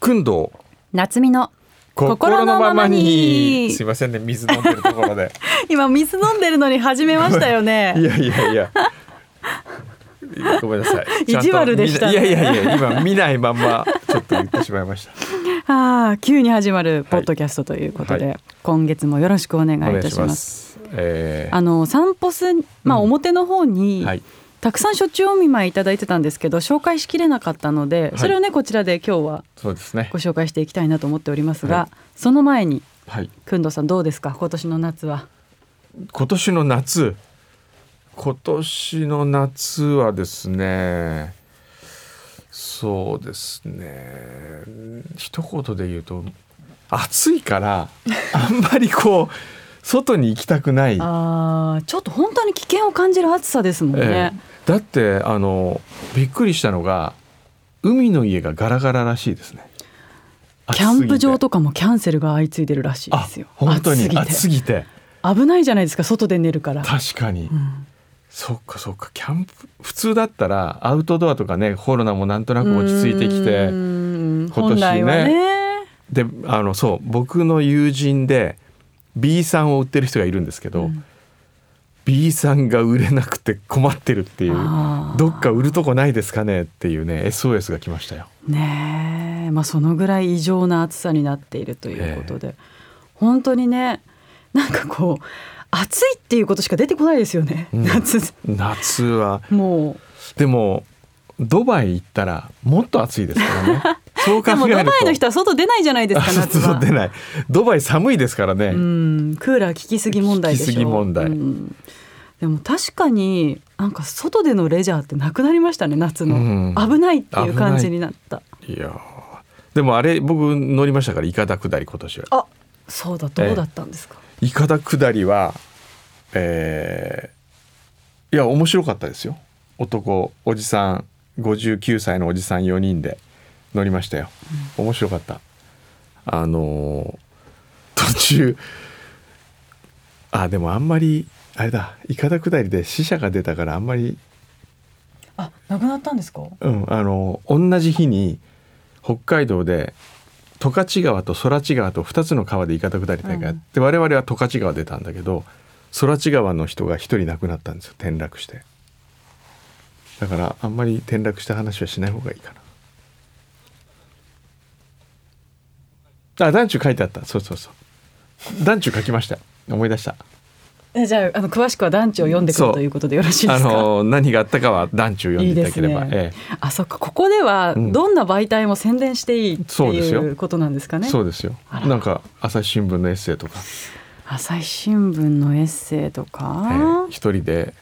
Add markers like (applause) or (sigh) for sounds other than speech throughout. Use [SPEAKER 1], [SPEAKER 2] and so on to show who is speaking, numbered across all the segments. [SPEAKER 1] くんどう
[SPEAKER 2] 夏美の心のままに
[SPEAKER 1] すいませんね水飲んでるところ
[SPEAKER 2] (laughs)
[SPEAKER 1] で
[SPEAKER 2] 今水飲んでるのに始めましたよね
[SPEAKER 1] (laughs) いやいやいやごめんなさい
[SPEAKER 2] (laughs) 意地悪でしたね
[SPEAKER 1] ちゃんと見ないやいやいや今見ないまんまちょっと言ってしまいま
[SPEAKER 2] (laughs)
[SPEAKER 1] した
[SPEAKER 2] ああ急に始まるポッドキャストということで、
[SPEAKER 1] は
[SPEAKER 2] 今月もよろしくお願いい
[SPEAKER 1] お願
[SPEAKER 2] た
[SPEAKER 1] い
[SPEAKER 2] します
[SPEAKER 1] しますえー
[SPEAKER 2] あの散歩すまあ
[SPEAKER 1] うん
[SPEAKER 2] 表の方に、
[SPEAKER 1] はい
[SPEAKER 2] たくさんしょっちゅうお見舞いいただいてたんですけど紹介しきれなかったので、
[SPEAKER 1] はい
[SPEAKER 2] それをねこちらで今日は
[SPEAKER 1] そうですね
[SPEAKER 2] ご紹介していきたいなと思っておりますが、
[SPEAKER 1] は
[SPEAKER 2] その前に
[SPEAKER 1] はい
[SPEAKER 2] くんどうさんどうですか今年の夏は
[SPEAKER 1] 今年の夏今年の夏はですねそうですね一言で言うと暑い
[SPEAKER 2] (laughs)
[SPEAKER 1] からあんまりこう外に行きたくない、
[SPEAKER 2] あーちょっと本当に危険を感じる暑さですもん
[SPEAKER 1] え
[SPEAKER 2] ね、
[SPEAKER 1] えだってあのびっくりしたのが海の家がガラガラらしいですね
[SPEAKER 2] キャンプ場
[SPEAKER 1] か
[SPEAKER 2] とかもキャンセルが相次いでるらしいですよ
[SPEAKER 1] あ本当に暑
[SPEAKER 2] 暑す
[SPEAKER 1] す
[SPEAKER 2] ぎて
[SPEAKER 1] ぎて
[SPEAKER 2] 危ないじゃないですか外で寝るから、
[SPEAKER 1] 確かに、
[SPEAKER 2] うん
[SPEAKER 1] そっかそっかキャンプ普通だったらアウトドアとかねコロナもなんとなく落ち着いてき
[SPEAKER 2] う
[SPEAKER 1] て
[SPEAKER 2] ー
[SPEAKER 1] 今年
[SPEAKER 2] ん
[SPEAKER 1] ね
[SPEAKER 2] 本来はね
[SPEAKER 1] であのそう僕の友人で B さんを売ってる人がいるんですけど、
[SPEAKER 2] うん
[SPEAKER 1] B さんが売れなくて困ってるっていう
[SPEAKER 2] あー
[SPEAKER 1] どっか売るとこないですかねっていうね SOS が来ましたよ。
[SPEAKER 2] ねえ、まあ、そのぐらい異常な暑さになっているということで、本当にねなんかこう暑いっていうことしか出てこないですよね、
[SPEAKER 1] うん
[SPEAKER 2] 夏
[SPEAKER 1] 夏は
[SPEAKER 2] もう
[SPEAKER 1] でもドバイ行ったらもっと暑いですからね。
[SPEAKER 2] (laughs)
[SPEAKER 1] そう考え
[SPEAKER 2] で
[SPEAKER 1] る
[SPEAKER 2] も
[SPEAKER 1] と
[SPEAKER 2] ドバイの人は外出ないじゃないですか
[SPEAKER 1] あ (laughs)
[SPEAKER 2] 夏
[SPEAKER 1] そう
[SPEAKER 2] は
[SPEAKER 1] 出ないドバイ寒いですからね。
[SPEAKER 2] うんクーラー効きすぎ問題でしょ
[SPEAKER 1] 効きすぎ問題
[SPEAKER 2] うんでも確かになんか外でのレジャーってなくなりましたね夏の、
[SPEAKER 1] うん
[SPEAKER 2] 危ないっていう感じになった
[SPEAKER 1] いやーでもあれ僕乗りましたからイカダ下り今年は
[SPEAKER 2] あそうだどうだったんですか、
[SPEAKER 1] イカダ下りはえーいや面白かったですよ男おじさん59歳のおじさん4人で乗りましたよ面白かったあのー途中あでもあんまりあれだイカダ下りで死者が出たからあんまり
[SPEAKER 2] あなくなったんですか
[SPEAKER 1] うん、あの同じ日に北海道で十勝川と空知川と2つの川でイカダ下り大会やって、我々は十勝川出たんだけど空知川の人が1人亡くなったんですよ転落してだからあんまり転落した話はしない方がいいかなあ団中書いてあったそうそうそう団中書きました思い出した
[SPEAKER 2] えじゃああの詳しくは団地を読んでく
[SPEAKER 1] そ
[SPEAKER 2] る
[SPEAKER 1] う
[SPEAKER 2] ということでよろしいで
[SPEAKER 1] あ
[SPEAKER 2] すか。
[SPEAKER 1] の何があったかは団中読んでいただければ
[SPEAKER 2] いいですね
[SPEAKER 1] ええ
[SPEAKER 2] あそっかここでは
[SPEAKER 1] うん
[SPEAKER 2] どんな媒体も宣伝していいって
[SPEAKER 1] そうです
[SPEAKER 2] い
[SPEAKER 1] よ
[SPEAKER 2] うことなんですかね。
[SPEAKER 1] そうですよ
[SPEAKER 2] あら
[SPEAKER 1] なんか朝日新聞のエッセイとか
[SPEAKER 2] 朝日新聞のエッセイと
[SPEAKER 1] え
[SPEAKER 2] か
[SPEAKER 1] ー、一人で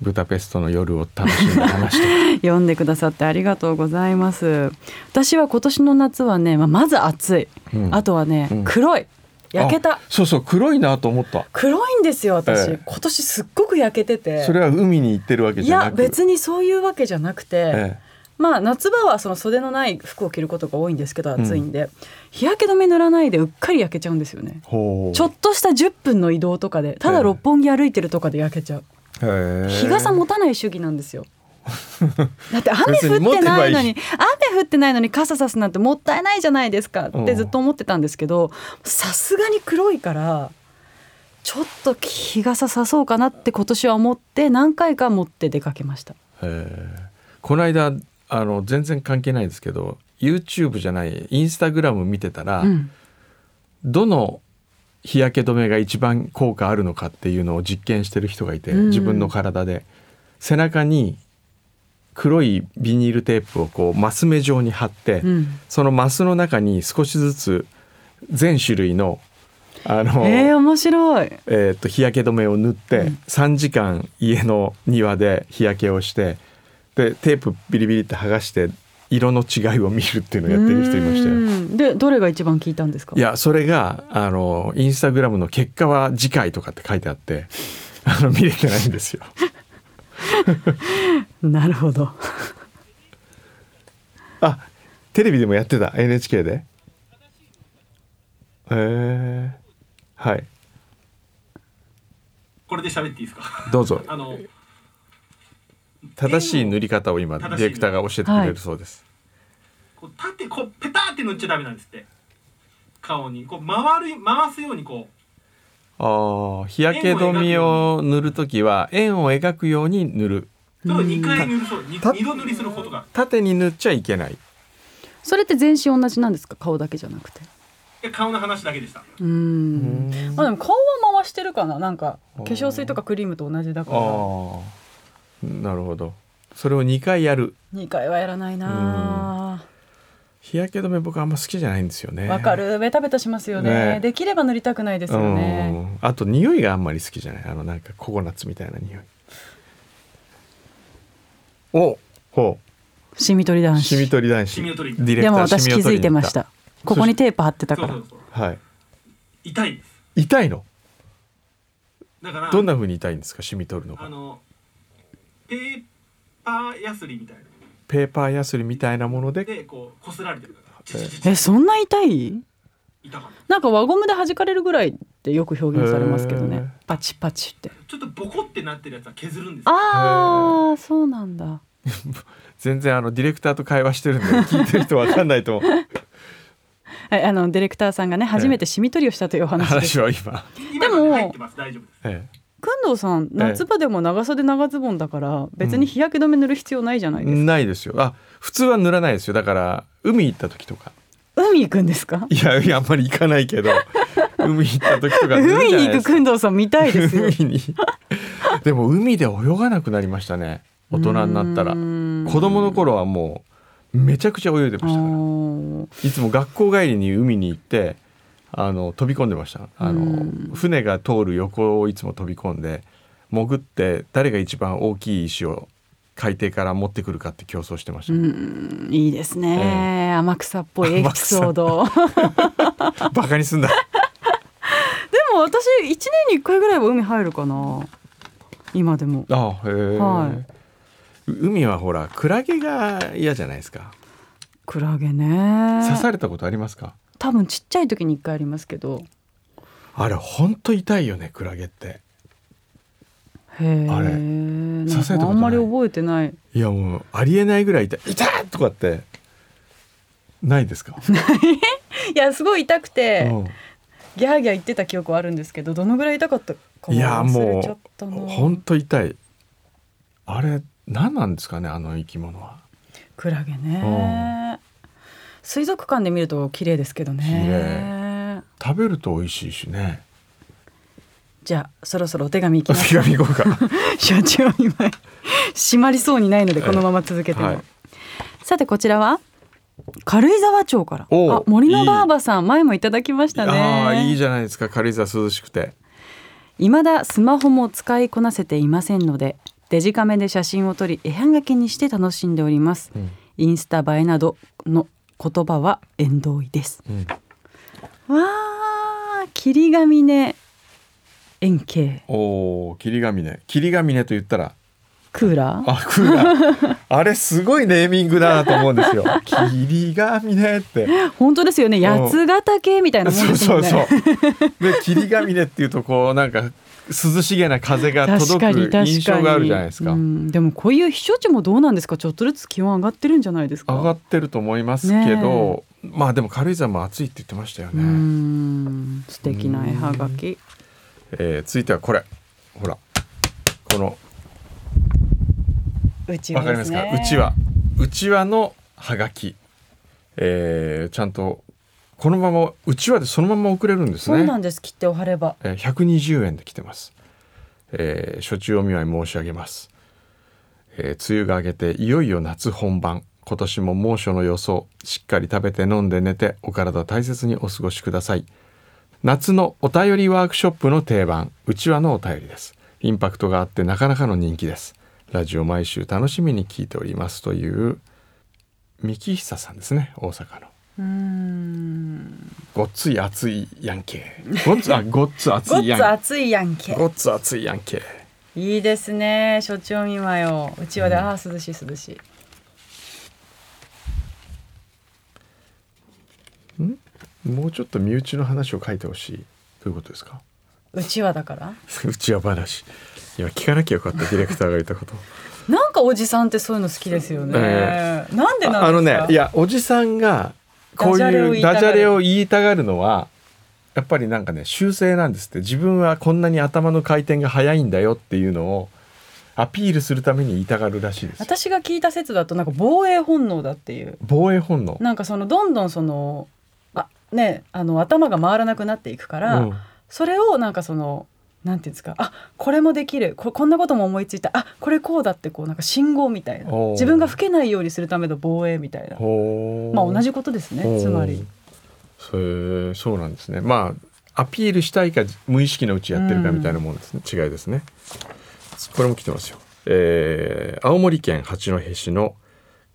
[SPEAKER 1] ブダペストの夜を楽しんだ話と
[SPEAKER 2] 読んでくださってありがとうございます。私は今年の夏はね、まあ、まず暑い、
[SPEAKER 1] うん
[SPEAKER 2] あとはね、
[SPEAKER 1] うん
[SPEAKER 2] 黒い (laughs) 焼け
[SPEAKER 1] あ
[SPEAKER 2] た
[SPEAKER 1] そうそう黒いなと思った
[SPEAKER 2] 黒いんですよ私、
[SPEAKER 1] ええ
[SPEAKER 2] 今年すっごく焼けてて
[SPEAKER 1] それは海に行ってるわけ
[SPEAKER 2] い
[SPEAKER 1] じゃ
[SPEAKER 2] や
[SPEAKER 1] なく
[SPEAKER 2] 別にそういうわけじゃなくて。
[SPEAKER 1] え
[SPEAKER 2] まあ夏場はその袖のない服を着ることが多いんですけど暑いんで、日焼け止め塗らないでうっかり焼けちゃうんですよね
[SPEAKER 1] えほう
[SPEAKER 2] ちょっとした10分の移動とかでただ六本木歩いてるとかで焼けちゃう、
[SPEAKER 1] へえ
[SPEAKER 2] 日傘持たない主義なんで
[SPEAKER 1] (laughs)
[SPEAKER 2] すよだって雨
[SPEAKER 1] 別に
[SPEAKER 2] 降
[SPEAKER 1] 持
[SPEAKER 2] ってて
[SPEAKER 1] ば
[SPEAKER 2] ない
[SPEAKER 1] い
[SPEAKER 2] いのに雨降ってないのに傘さすなんてもったいないじゃないですかってずっと思ってたんですけどさすがに黒いからちょっと日傘さそうかなって今年は思って何回か持って出かけました
[SPEAKER 1] ええこの間あの全然関係ないですけど YouTube じゃないインスタグラム見てたら、
[SPEAKER 2] うん
[SPEAKER 1] どの日焼け止めが一番効果あるのかっていうのを実験してる人がいて、
[SPEAKER 2] うん
[SPEAKER 1] 自分の体で背中に黒いビニールテープをこうマス目状に貼って、
[SPEAKER 2] うん
[SPEAKER 1] そのマスの中に少しずつ全種類のあの、
[SPEAKER 2] えー、面白い
[SPEAKER 1] えーっと日焼け止めを塗って、
[SPEAKER 2] うん
[SPEAKER 1] 3時間家の庭で日焼けをしてでテープビリビリって剥がして色の違いを見るっていうのをやってる人いました
[SPEAKER 2] う
[SPEAKER 1] よ。
[SPEAKER 2] んでどれが一番効いたんですか
[SPEAKER 1] いやそれがあのインスタグラムの結果は次回とかって書いてあって (laughs) あの見れてないん
[SPEAKER 2] (laughs)
[SPEAKER 1] ですよ。
[SPEAKER 2] なる
[SPEAKER 1] (laughs)
[SPEAKER 2] ほど
[SPEAKER 1] あテレビでもやってた NHK で。えー、はい
[SPEAKER 3] これで喋っていいですか (laughs)
[SPEAKER 1] どうぞ
[SPEAKER 3] あの
[SPEAKER 1] 正しい塗り方を今ディレクターが教えてくれるそうです。
[SPEAKER 3] ここう縦こうペタって塗っちゃダメなんですって顔にこう回る回すようにこ
[SPEAKER 1] ああ日焼け止めを塗るときは円を描くように塗る
[SPEAKER 3] う2回塗るそう 2, 度塗りすることが
[SPEAKER 1] 縦に塗っちゃいけない
[SPEAKER 2] それって全身同じなんですか顔だけじゃなくて
[SPEAKER 3] いや顔の話だけでした
[SPEAKER 2] うーんまあでも顔は回してるかななんか化粧水とかクリームと同じだ
[SPEAKER 1] あ
[SPEAKER 2] から
[SPEAKER 1] あなるほどそれを2回やる
[SPEAKER 2] 2回はやらないなあ
[SPEAKER 1] 日焼け止め僕あんま好きじゃないんですよね
[SPEAKER 2] わかるベタベタしますよね
[SPEAKER 1] ね
[SPEAKER 2] できれば塗りたくないですよね
[SPEAKER 1] うんあと匂いがあんまり好きじゃないあのなんかココナッツみたいな匂いおほ
[SPEAKER 2] シミ取り
[SPEAKER 1] う
[SPEAKER 2] 男
[SPEAKER 1] シミ
[SPEAKER 2] 子
[SPEAKER 1] 取り男子
[SPEAKER 3] シミを取り
[SPEAKER 1] ディレク
[SPEAKER 2] で
[SPEAKER 1] ター
[SPEAKER 2] も私
[SPEAKER 1] シミを
[SPEAKER 2] 気づ
[SPEAKER 1] 取
[SPEAKER 2] い
[SPEAKER 1] り
[SPEAKER 2] て
[SPEAKER 1] に行
[SPEAKER 2] ま
[SPEAKER 1] った
[SPEAKER 2] したここにテープ貼ってた
[SPEAKER 3] そ
[SPEAKER 2] か
[SPEAKER 3] うそ
[SPEAKER 2] ら
[SPEAKER 3] うそう
[SPEAKER 1] はい
[SPEAKER 3] 痛いです
[SPEAKER 1] 痛いの
[SPEAKER 3] だから
[SPEAKER 1] どんな風に痛いんですかシミ取るの
[SPEAKER 3] あ
[SPEAKER 1] が
[SPEAKER 3] のペーパーヤスリみたいな
[SPEAKER 1] ペーパーヤスリみたいなもので
[SPEAKER 3] でこう擦られてるからチチチチ
[SPEAKER 2] えそんな痛い
[SPEAKER 3] 痛かった
[SPEAKER 2] なんか輪ゴムで弾かれるぐらいってよく表現されますけど
[SPEAKER 1] へ
[SPEAKER 2] ね
[SPEAKER 1] ー
[SPEAKER 2] パチパチって
[SPEAKER 3] ちょっとボコってなってるやつは削るんですよ
[SPEAKER 2] ああそうなんだ
[SPEAKER 1] 全然あのディレクターと会話してるん
[SPEAKER 2] (laughs)
[SPEAKER 1] で聞いてる人わかんないと思う
[SPEAKER 2] はいあのディレクターさんがね初めてシミ取りをしたというお話で
[SPEAKER 1] 話
[SPEAKER 2] す
[SPEAKER 1] は今
[SPEAKER 3] 今
[SPEAKER 2] でも
[SPEAKER 3] 入ってます大丈夫です
[SPEAKER 1] ええ
[SPEAKER 2] くんどうさん夏場でも長袖長ズボンだから別に日焼け止め塗る必要ないじゃないですか、
[SPEAKER 1] ないですよあ普通は塗らないですよだから海行った時とか
[SPEAKER 2] 海行くんですか
[SPEAKER 1] いやいやあんまり行かない
[SPEAKER 2] (laughs)
[SPEAKER 1] けど海行った時とか塗る
[SPEAKER 2] 海
[SPEAKER 1] じゃ
[SPEAKER 2] に
[SPEAKER 1] ない
[SPEAKER 2] 行
[SPEAKER 1] で
[SPEAKER 2] く
[SPEAKER 1] すか
[SPEAKER 2] くんどうさん見たいですよ
[SPEAKER 1] 海にでも海で泳がなくなりましたね大人になったら
[SPEAKER 2] う
[SPEAKER 1] 子
[SPEAKER 2] ーん
[SPEAKER 1] 供の頃はもうめちゃくちゃ泳いでましたから
[SPEAKER 2] おー
[SPEAKER 1] いつも学校帰りに海に行ってあの飛び込んでましたあ
[SPEAKER 2] うん
[SPEAKER 1] の船が通る横をいつも飛び込んで潜って誰が一番大きい石を海底から持ってくるかって競争してまし
[SPEAKER 2] う
[SPEAKER 1] た、
[SPEAKER 2] んいいですね、
[SPEAKER 1] え
[SPEAKER 2] 天草っぽいエピソード (laughs) で
[SPEAKER 1] バカに
[SPEAKER 2] (laughs)
[SPEAKER 1] すんだ
[SPEAKER 2] も私一年に一回ぐらいは海入るかな今でも
[SPEAKER 1] あへえ、
[SPEAKER 2] は
[SPEAKER 1] 海はほらクラゲが嫌じゃないですか
[SPEAKER 2] クラゲね
[SPEAKER 1] 刺されたことありますか
[SPEAKER 2] 多分ちっちゃい時に一回ありますけど
[SPEAKER 1] あれほんと痛いよねクラゲって
[SPEAKER 2] へえ
[SPEAKER 1] あれ
[SPEAKER 2] ん
[SPEAKER 1] 刺されたことない
[SPEAKER 2] かあんまり覚えてない
[SPEAKER 1] いやもうありえないぐらい痛い痛いとかってないですか、
[SPEAKER 2] いやすごい痛くて、
[SPEAKER 1] うん
[SPEAKER 2] ギャーギャー言ってた記憶はあるんですけどどのぐらい痛かったかはい
[SPEAKER 1] や
[SPEAKER 2] 忘れちゃっ
[SPEAKER 1] も
[SPEAKER 2] た
[SPEAKER 1] う
[SPEAKER 2] な
[SPEAKER 1] ほんと痛いあれ何なんですかねあの生き物は
[SPEAKER 2] クラゲね水族館で見ると綺麗ですけどね
[SPEAKER 1] 食べると美味しいしね
[SPEAKER 2] じゃあそろそろお手紙いき
[SPEAKER 1] お
[SPEAKER 2] ま
[SPEAKER 1] 手
[SPEAKER 2] す
[SPEAKER 1] (laughs) 紙行こうか
[SPEAKER 2] 社長に前閉まりそうにないのでこのまま続けても、
[SPEAKER 1] はい
[SPEAKER 2] さてこちらは軽井沢町から
[SPEAKER 1] おう
[SPEAKER 2] あ森のばあばさん前もいただきましたね
[SPEAKER 1] ああいいじゃないですか軽井沢涼しくて
[SPEAKER 2] 未だスマホも使いこなせていませんのでデジカメで写真を撮り絵はがきにして楽しんでおります、
[SPEAKER 1] うん
[SPEAKER 2] インスタ映えなどの言葉は縁遠いです
[SPEAKER 1] うん
[SPEAKER 2] わあ霧ヶ峰円形
[SPEAKER 1] おお霧ヶ峰霧ヶ峰と言ったら
[SPEAKER 2] クーラー
[SPEAKER 1] あクーラー
[SPEAKER 2] (laughs)
[SPEAKER 1] あれすごいネーミングだなと思うんですよ霧ヶ峰って
[SPEAKER 2] 本当ですよね
[SPEAKER 1] ん
[SPEAKER 2] 八ヶ岳みたいなもん
[SPEAKER 1] そ
[SPEAKER 2] で
[SPEAKER 1] う
[SPEAKER 2] す
[SPEAKER 1] そ
[SPEAKER 2] もん
[SPEAKER 1] う
[SPEAKER 2] ね
[SPEAKER 1] そう。で霧ヶ峰っていうとこうなんか涼しげな風が
[SPEAKER 2] 確か
[SPEAKER 1] 届
[SPEAKER 2] に確か
[SPEAKER 1] く
[SPEAKER 2] に
[SPEAKER 1] 印象があるじゃないですか。
[SPEAKER 2] うんでもこういう避暑地もどうなんですかちょっとずつ気温上がってるんじゃないですか
[SPEAKER 1] 上がってると思いますけど、まあでも軽井沢も暑いって言ってましたよ
[SPEAKER 2] う
[SPEAKER 1] ね。
[SPEAKER 2] ん素敵な絵はがき
[SPEAKER 1] えー続いてはこれ、ほらこの
[SPEAKER 2] うち
[SPEAKER 1] わ
[SPEAKER 2] わ
[SPEAKER 1] かり
[SPEAKER 2] で
[SPEAKER 1] ますすか
[SPEAKER 2] ね
[SPEAKER 1] うちわうちわのハガキ、えーちゃんとこのままうちわでそのまま送れるんです
[SPEAKER 2] そう
[SPEAKER 1] ね。
[SPEAKER 2] なんです切っておはれば
[SPEAKER 1] えー120円で来てます、えー、初中お見舞い申し上げます、えー梅雨が明けていよいよ夏本番今年も猛暑の予想しっかり食べて飲んで寝てお体大切にお過ごしください夏のお便りワークショップの定番うちわのお便りですインパクトがあってなかなかの人気ですラジオ毎週楽しみに聞いておりますという三木久さんですね大阪の
[SPEAKER 2] うーん
[SPEAKER 1] ごっつい熱いヤンキーごっつあごっつ熱
[SPEAKER 2] ごっ
[SPEAKER 1] いヤン
[SPEAKER 2] つ
[SPEAKER 1] キー
[SPEAKER 2] 熱いやんけ
[SPEAKER 1] ごっつ熱いやんけ。
[SPEAKER 2] いいですね所長見舞いをうちわで、ああ涼しい涼しい
[SPEAKER 1] もうちょっと身 (laughs) 内の話を書いてほしい。どういうことですか。
[SPEAKER 2] うちわだから
[SPEAKER 1] うちは話。今聞かなきゃよかったディレクターが言ったこと
[SPEAKER 2] なんかおじさんってそういうの好きですよね。
[SPEAKER 1] え
[SPEAKER 2] なんでなんですか。
[SPEAKER 1] あのねいやおじさんがこういうダジ
[SPEAKER 2] ダジ
[SPEAKER 1] ャ
[SPEAKER 2] ャ
[SPEAKER 1] レ
[SPEAKER 2] レ
[SPEAKER 1] を
[SPEAKER 2] を
[SPEAKER 1] 言いたがるのはやっぱりなんかね修正なんですって自分はこんなに頭の回転が速いんだよっていうのをアピールするために言いたがるらしいですよ
[SPEAKER 2] 私が聞いた説だとなんか防衛本能だっていう
[SPEAKER 1] 防衛本能、
[SPEAKER 2] なんかそのどんどんそのあねあの頭が回らなくなっていくから、
[SPEAKER 1] うん
[SPEAKER 2] それをなんかそのなんていうんですかあこれもできるここんなことも思いついたあこれこうだってこうなんか信号みたいな
[SPEAKER 1] おー
[SPEAKER 2] 自分が老けないようにするための防衛みたいな
[SPEAKER 1] ほー
[SPEAKER 2] まあ同じことですね
[SPEAKER 1] ほー
[SPEAKER 2] つまり
[SPEAKER 1] それそうなんですねまあアピールしたいか無意識のうちやってるかみたいなもんですね、違いですねこれも来てますよえー青森県八戸市の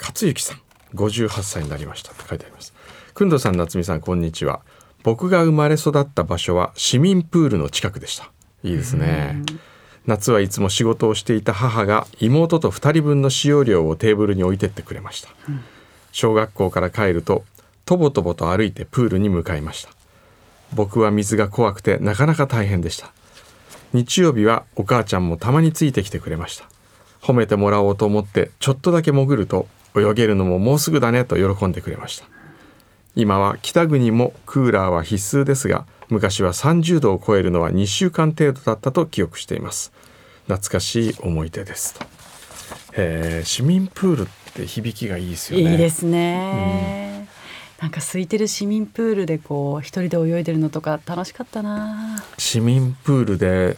[SPEAKER 1] 勝幸さん58歳になりましたって書いてありますくんどさん夏美さんこんにちは僕が生まれ育った場所は市民プールの近くでしたいいですね夏はいつも仕事をしていた母が妹と2人分の使用量をテーブルに置いてってくれました、小学校から帰るととぼとぼと歩いてプールに向かいました僕は水が怖くてなかなか大変でした日曜日はお母ちゃんもたまについてきてくれました褒めてもらおうと思ってちょっとだけ潜ると泳げるのももうすぐだねと喜んでくれました今は北国もクーラーは必須ですが昔は30度を超えるのは2週間程度だったと記憶しています懐かしい思い出ですとえー市民プールって響きがいいですよね
[SPEAKER 2] いいですね、なんか空いてる市民プールでこう一人で泳いでるのとか楽しかったな
[SPEAKER 1] 市民プールで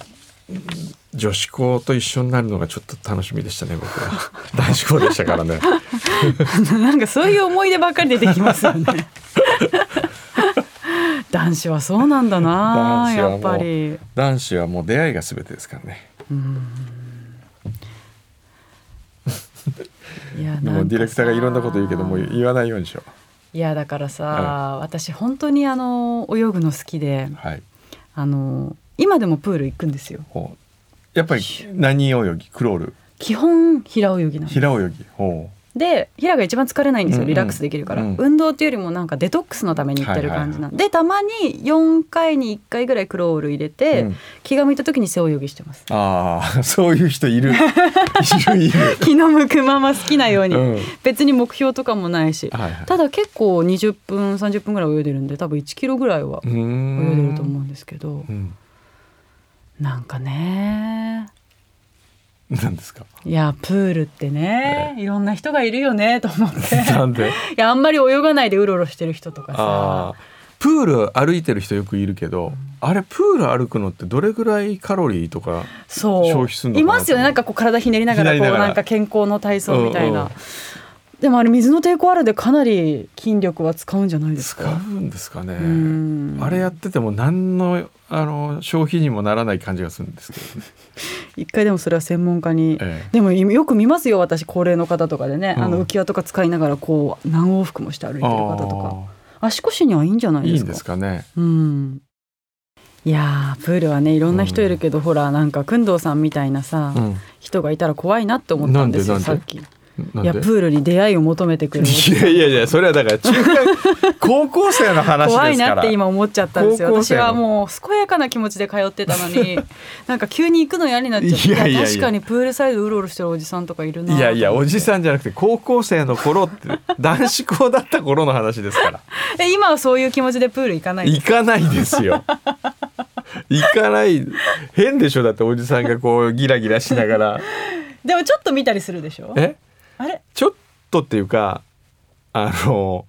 [SPEAKER 1] 女子校と一緒になるのがちょっと楽しみでしたね僕
[SPEAKER 2] (laughs)
[SPEAKER 1] は男子校でしたからね
[SPEAKER 2] (laughs) なんかそういう思い出ばっかり出てきますよ
[SPEAKER 1] (laughs)
[SPEAKER 2] ね。男子はそうなんだな
[SPEAKER 1] 男子はもう
[SPEAKER 2] やっぱり。
[SPEAKER 1] 男子はもう出会いが全てですからね
[SPEAKER 2] いや
[SPEAKER 1] でもディレクターがいろんなこと言うけどもう
[SPEAKER 2] い
[SPEAKER 1] 言わないようにしよ
[SPEAKER 2] やだからさ、私本当にあの泳ぐの好きで
[SPEAKER 1] うはい
[SPEAKER 2] あの今でもプール行くんですよ
[SPEAKER 1] ほうやっぱり何泳ぎクロール
[SPEAKER 2] 基本平泳ぎなの
[SPEAKER 1] 平泳ぎほ
[SPEAKER 2] で平が一番疲れないんです
[SPEAKER 1] う
[SPEAKER 2] よ
[SPEAKER 1] んうん
[SPEAKER 2] リラックスできるから、
[SPEAKER 1] うん
[SPEAKER 2] 運動っていうよりもなんかデトックスのために行ってる感じなんで、でたまに4回に1回ぐらいクロール入れ
[SPEAKER 1] う、
[SPEAKER 2] て、
[SPEAKER 1] うん
[SPEAKER 2] 気が向いた時に背泳ぎしてます
[SPEAKER 1] ああそういう人
[SPEAKER 2] (laughs)
[SPEAKER 1] いるいるいる、
[SPEAKER 2] 気の向くまま好きなように、
[SPEAKER 1] うん、はい
[SPEAKER 2] 別に目標とかもないし
[SPEAKER 1] はい
[SPEAKER 2] ただ結構20分30分ぐらい泳いでるんで多分1キロぐらいは
[SPEAKER 1] うーん
[SPEAKER 2] 泳いでると思うんですけど
[SPEAKER 1] うん
[SPEAKER 2] なんかね
[SPEAKER 1] なんですか (laughs)
[SPEAKER 2] いやプールってねいろんな人がいるよねと思
[SPEAKER 1] (laughs)
[SPEAKER 2] って
[SPEAKER 1] なんで
[SPEAKER 2] いやあんまり泳がないでうろうろしてる人とか
[SPEAKER 1] あ
[SPEAKER 2] さ
[SPEAKER 1] ープール歩いてる人よくいるけど、あれプール歩くのってどれぐらいカロリーとか消
[SPEAKER 2] そ
[SPEAKER 1] 費する
[SPEAKER 2] う
[SPEAKER 1] のか
[SPEAKER 2] い
[SPEAKER 1] な
[SPEAKER 2] ますよねなんかこう体ひねりながら
[SPEAKER 1] ひ
[SPEAKER 2] こ
[SPEAKER 1] ね
[SPEAKER 2] う
[SPEAKER 1] りながら
[SPEAKER 2] なんか健康の体操みたい
[SPEAKER 1] うんうん
[SPEAKER 2] な。でもあれ水の抵抗あるんでかなり筋力は使うんじゃないです
[SPEAKER 1] 使
[SPEAKER 2] か。
[SPEAKER 1] うんですかね、
[SPEAKER 2] うん
[SPEAKER 1] あれやってても何のあの消費にもならない感じがするんですけどね、
[SPEAKER 2] 一回でもそれは専門家に
[SPEAKER 1] え
[SPEAKER 2] でもよく見ますよ私高齢の方とかでね、
[SPEAKER 1] うん
[SPEAKER 2] あの浮き輪とか使いながらこう何往復もして歩いて
[SPEAKER 1] え
[SPEAKER 2] る方とか足腰にはいいんじゃな
[SPEAKER 1] あー
[SPEAKER 2] い
[SPEAKER 1] い
[SPEAKER 2] で
[SPEAKER 1] い
[SPEAKER 2] す
[SPEAKER 1] ん
[SPEAKER 2] か
[SPEAKER 1] ですかね
[SPEAKER 2] うん、いやープールはねいろんな人いるけど、ほらなんか工藤さんみたいなさ、
[SPEAKER 1] うん
[SPEAKER 2] 人がいたら怖いなって思ったんですよ
[SPEAKER 1] なんでな
[SPEAKER 2] さ
[SPEAKER 1] ん
[SPEAKER 2] っ
[SPEAKER 1] で
[SPEAKER 2] き。い
[SPEAKER 1] なん
[SPEAKER 2] や
[SPEAKER 1] で
[SPEAKER 2] プールに出会いを求めてく
[SPEAKER 1] (laughs)
[SPEAKER 2] る
[SPEAKER 1] いやいやいやそれはだから中学高校生の話ですから
[SPEAKER 2] 怖いなって今思っちゃったんですよ
[SPEAKER 1] 高校生
[SPEAKER 2] 私
[SPEAKER 1] の
[SPEAKER 2] はもう健やかな気持ちで通ってた
[SPEAKER 1] (laughs)
[SPEAKER 2] のになんか急に行くの嫌になっちゃって
[SPEAKER 1] いやいやいや
[SPEAKER 2] いや確かにプールサイドうろうろしてるおじさんとかいるない
[SPEAKER 1] やいやおじ
[SPEAKER 2] ん
[SPEAKER 1] さんじゃなくて高校生の頃って男子校だった頃の話ですから
[SPEAKER 2] え今はそういう気持ちでプール行かないです
[SPEAKER 1] 行かないですよ行かない変でしょだっておじさんがこうギラギラしなが
[SPEAKER 2] (laughs)
[SPEAKER 1] ら
[SPEAKER 2] でもちょっと見たりするでしょ
[SPEAKER 1] え
[SPEAKER 2] あれ
[SPEAKER 1] ちょっとっていうかあの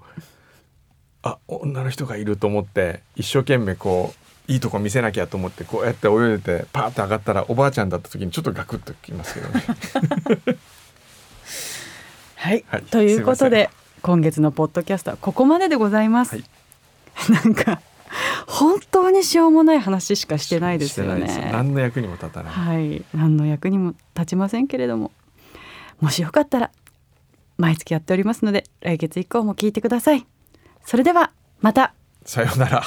[SPEAKER 1] あ女の人がいると思って一生懸命こういいとこ見せなきゃと思ってこうやって泳いでてパーッと上がったらおばあちゃんだった時にちょっとガクッときますけどね
[SPEAKER 2] はい、
[SPEAKER 1] はい
[SPEAKER 2] ということで今月のポッドキャストはここまででございます、
[SPEAKER 1] はい
[SPEAKER 2] なんか本当にしようもない話 (laughs) しかしてないですよね
[SPEAKER 1] してないです何の役にも立たない、
[SPEAKER 2] はい何の役にも立ちませんけれどももしよかったら毎月やっておりますので来月以降も聞いてくださいそれではまた
[SPEAKER 1] さようなら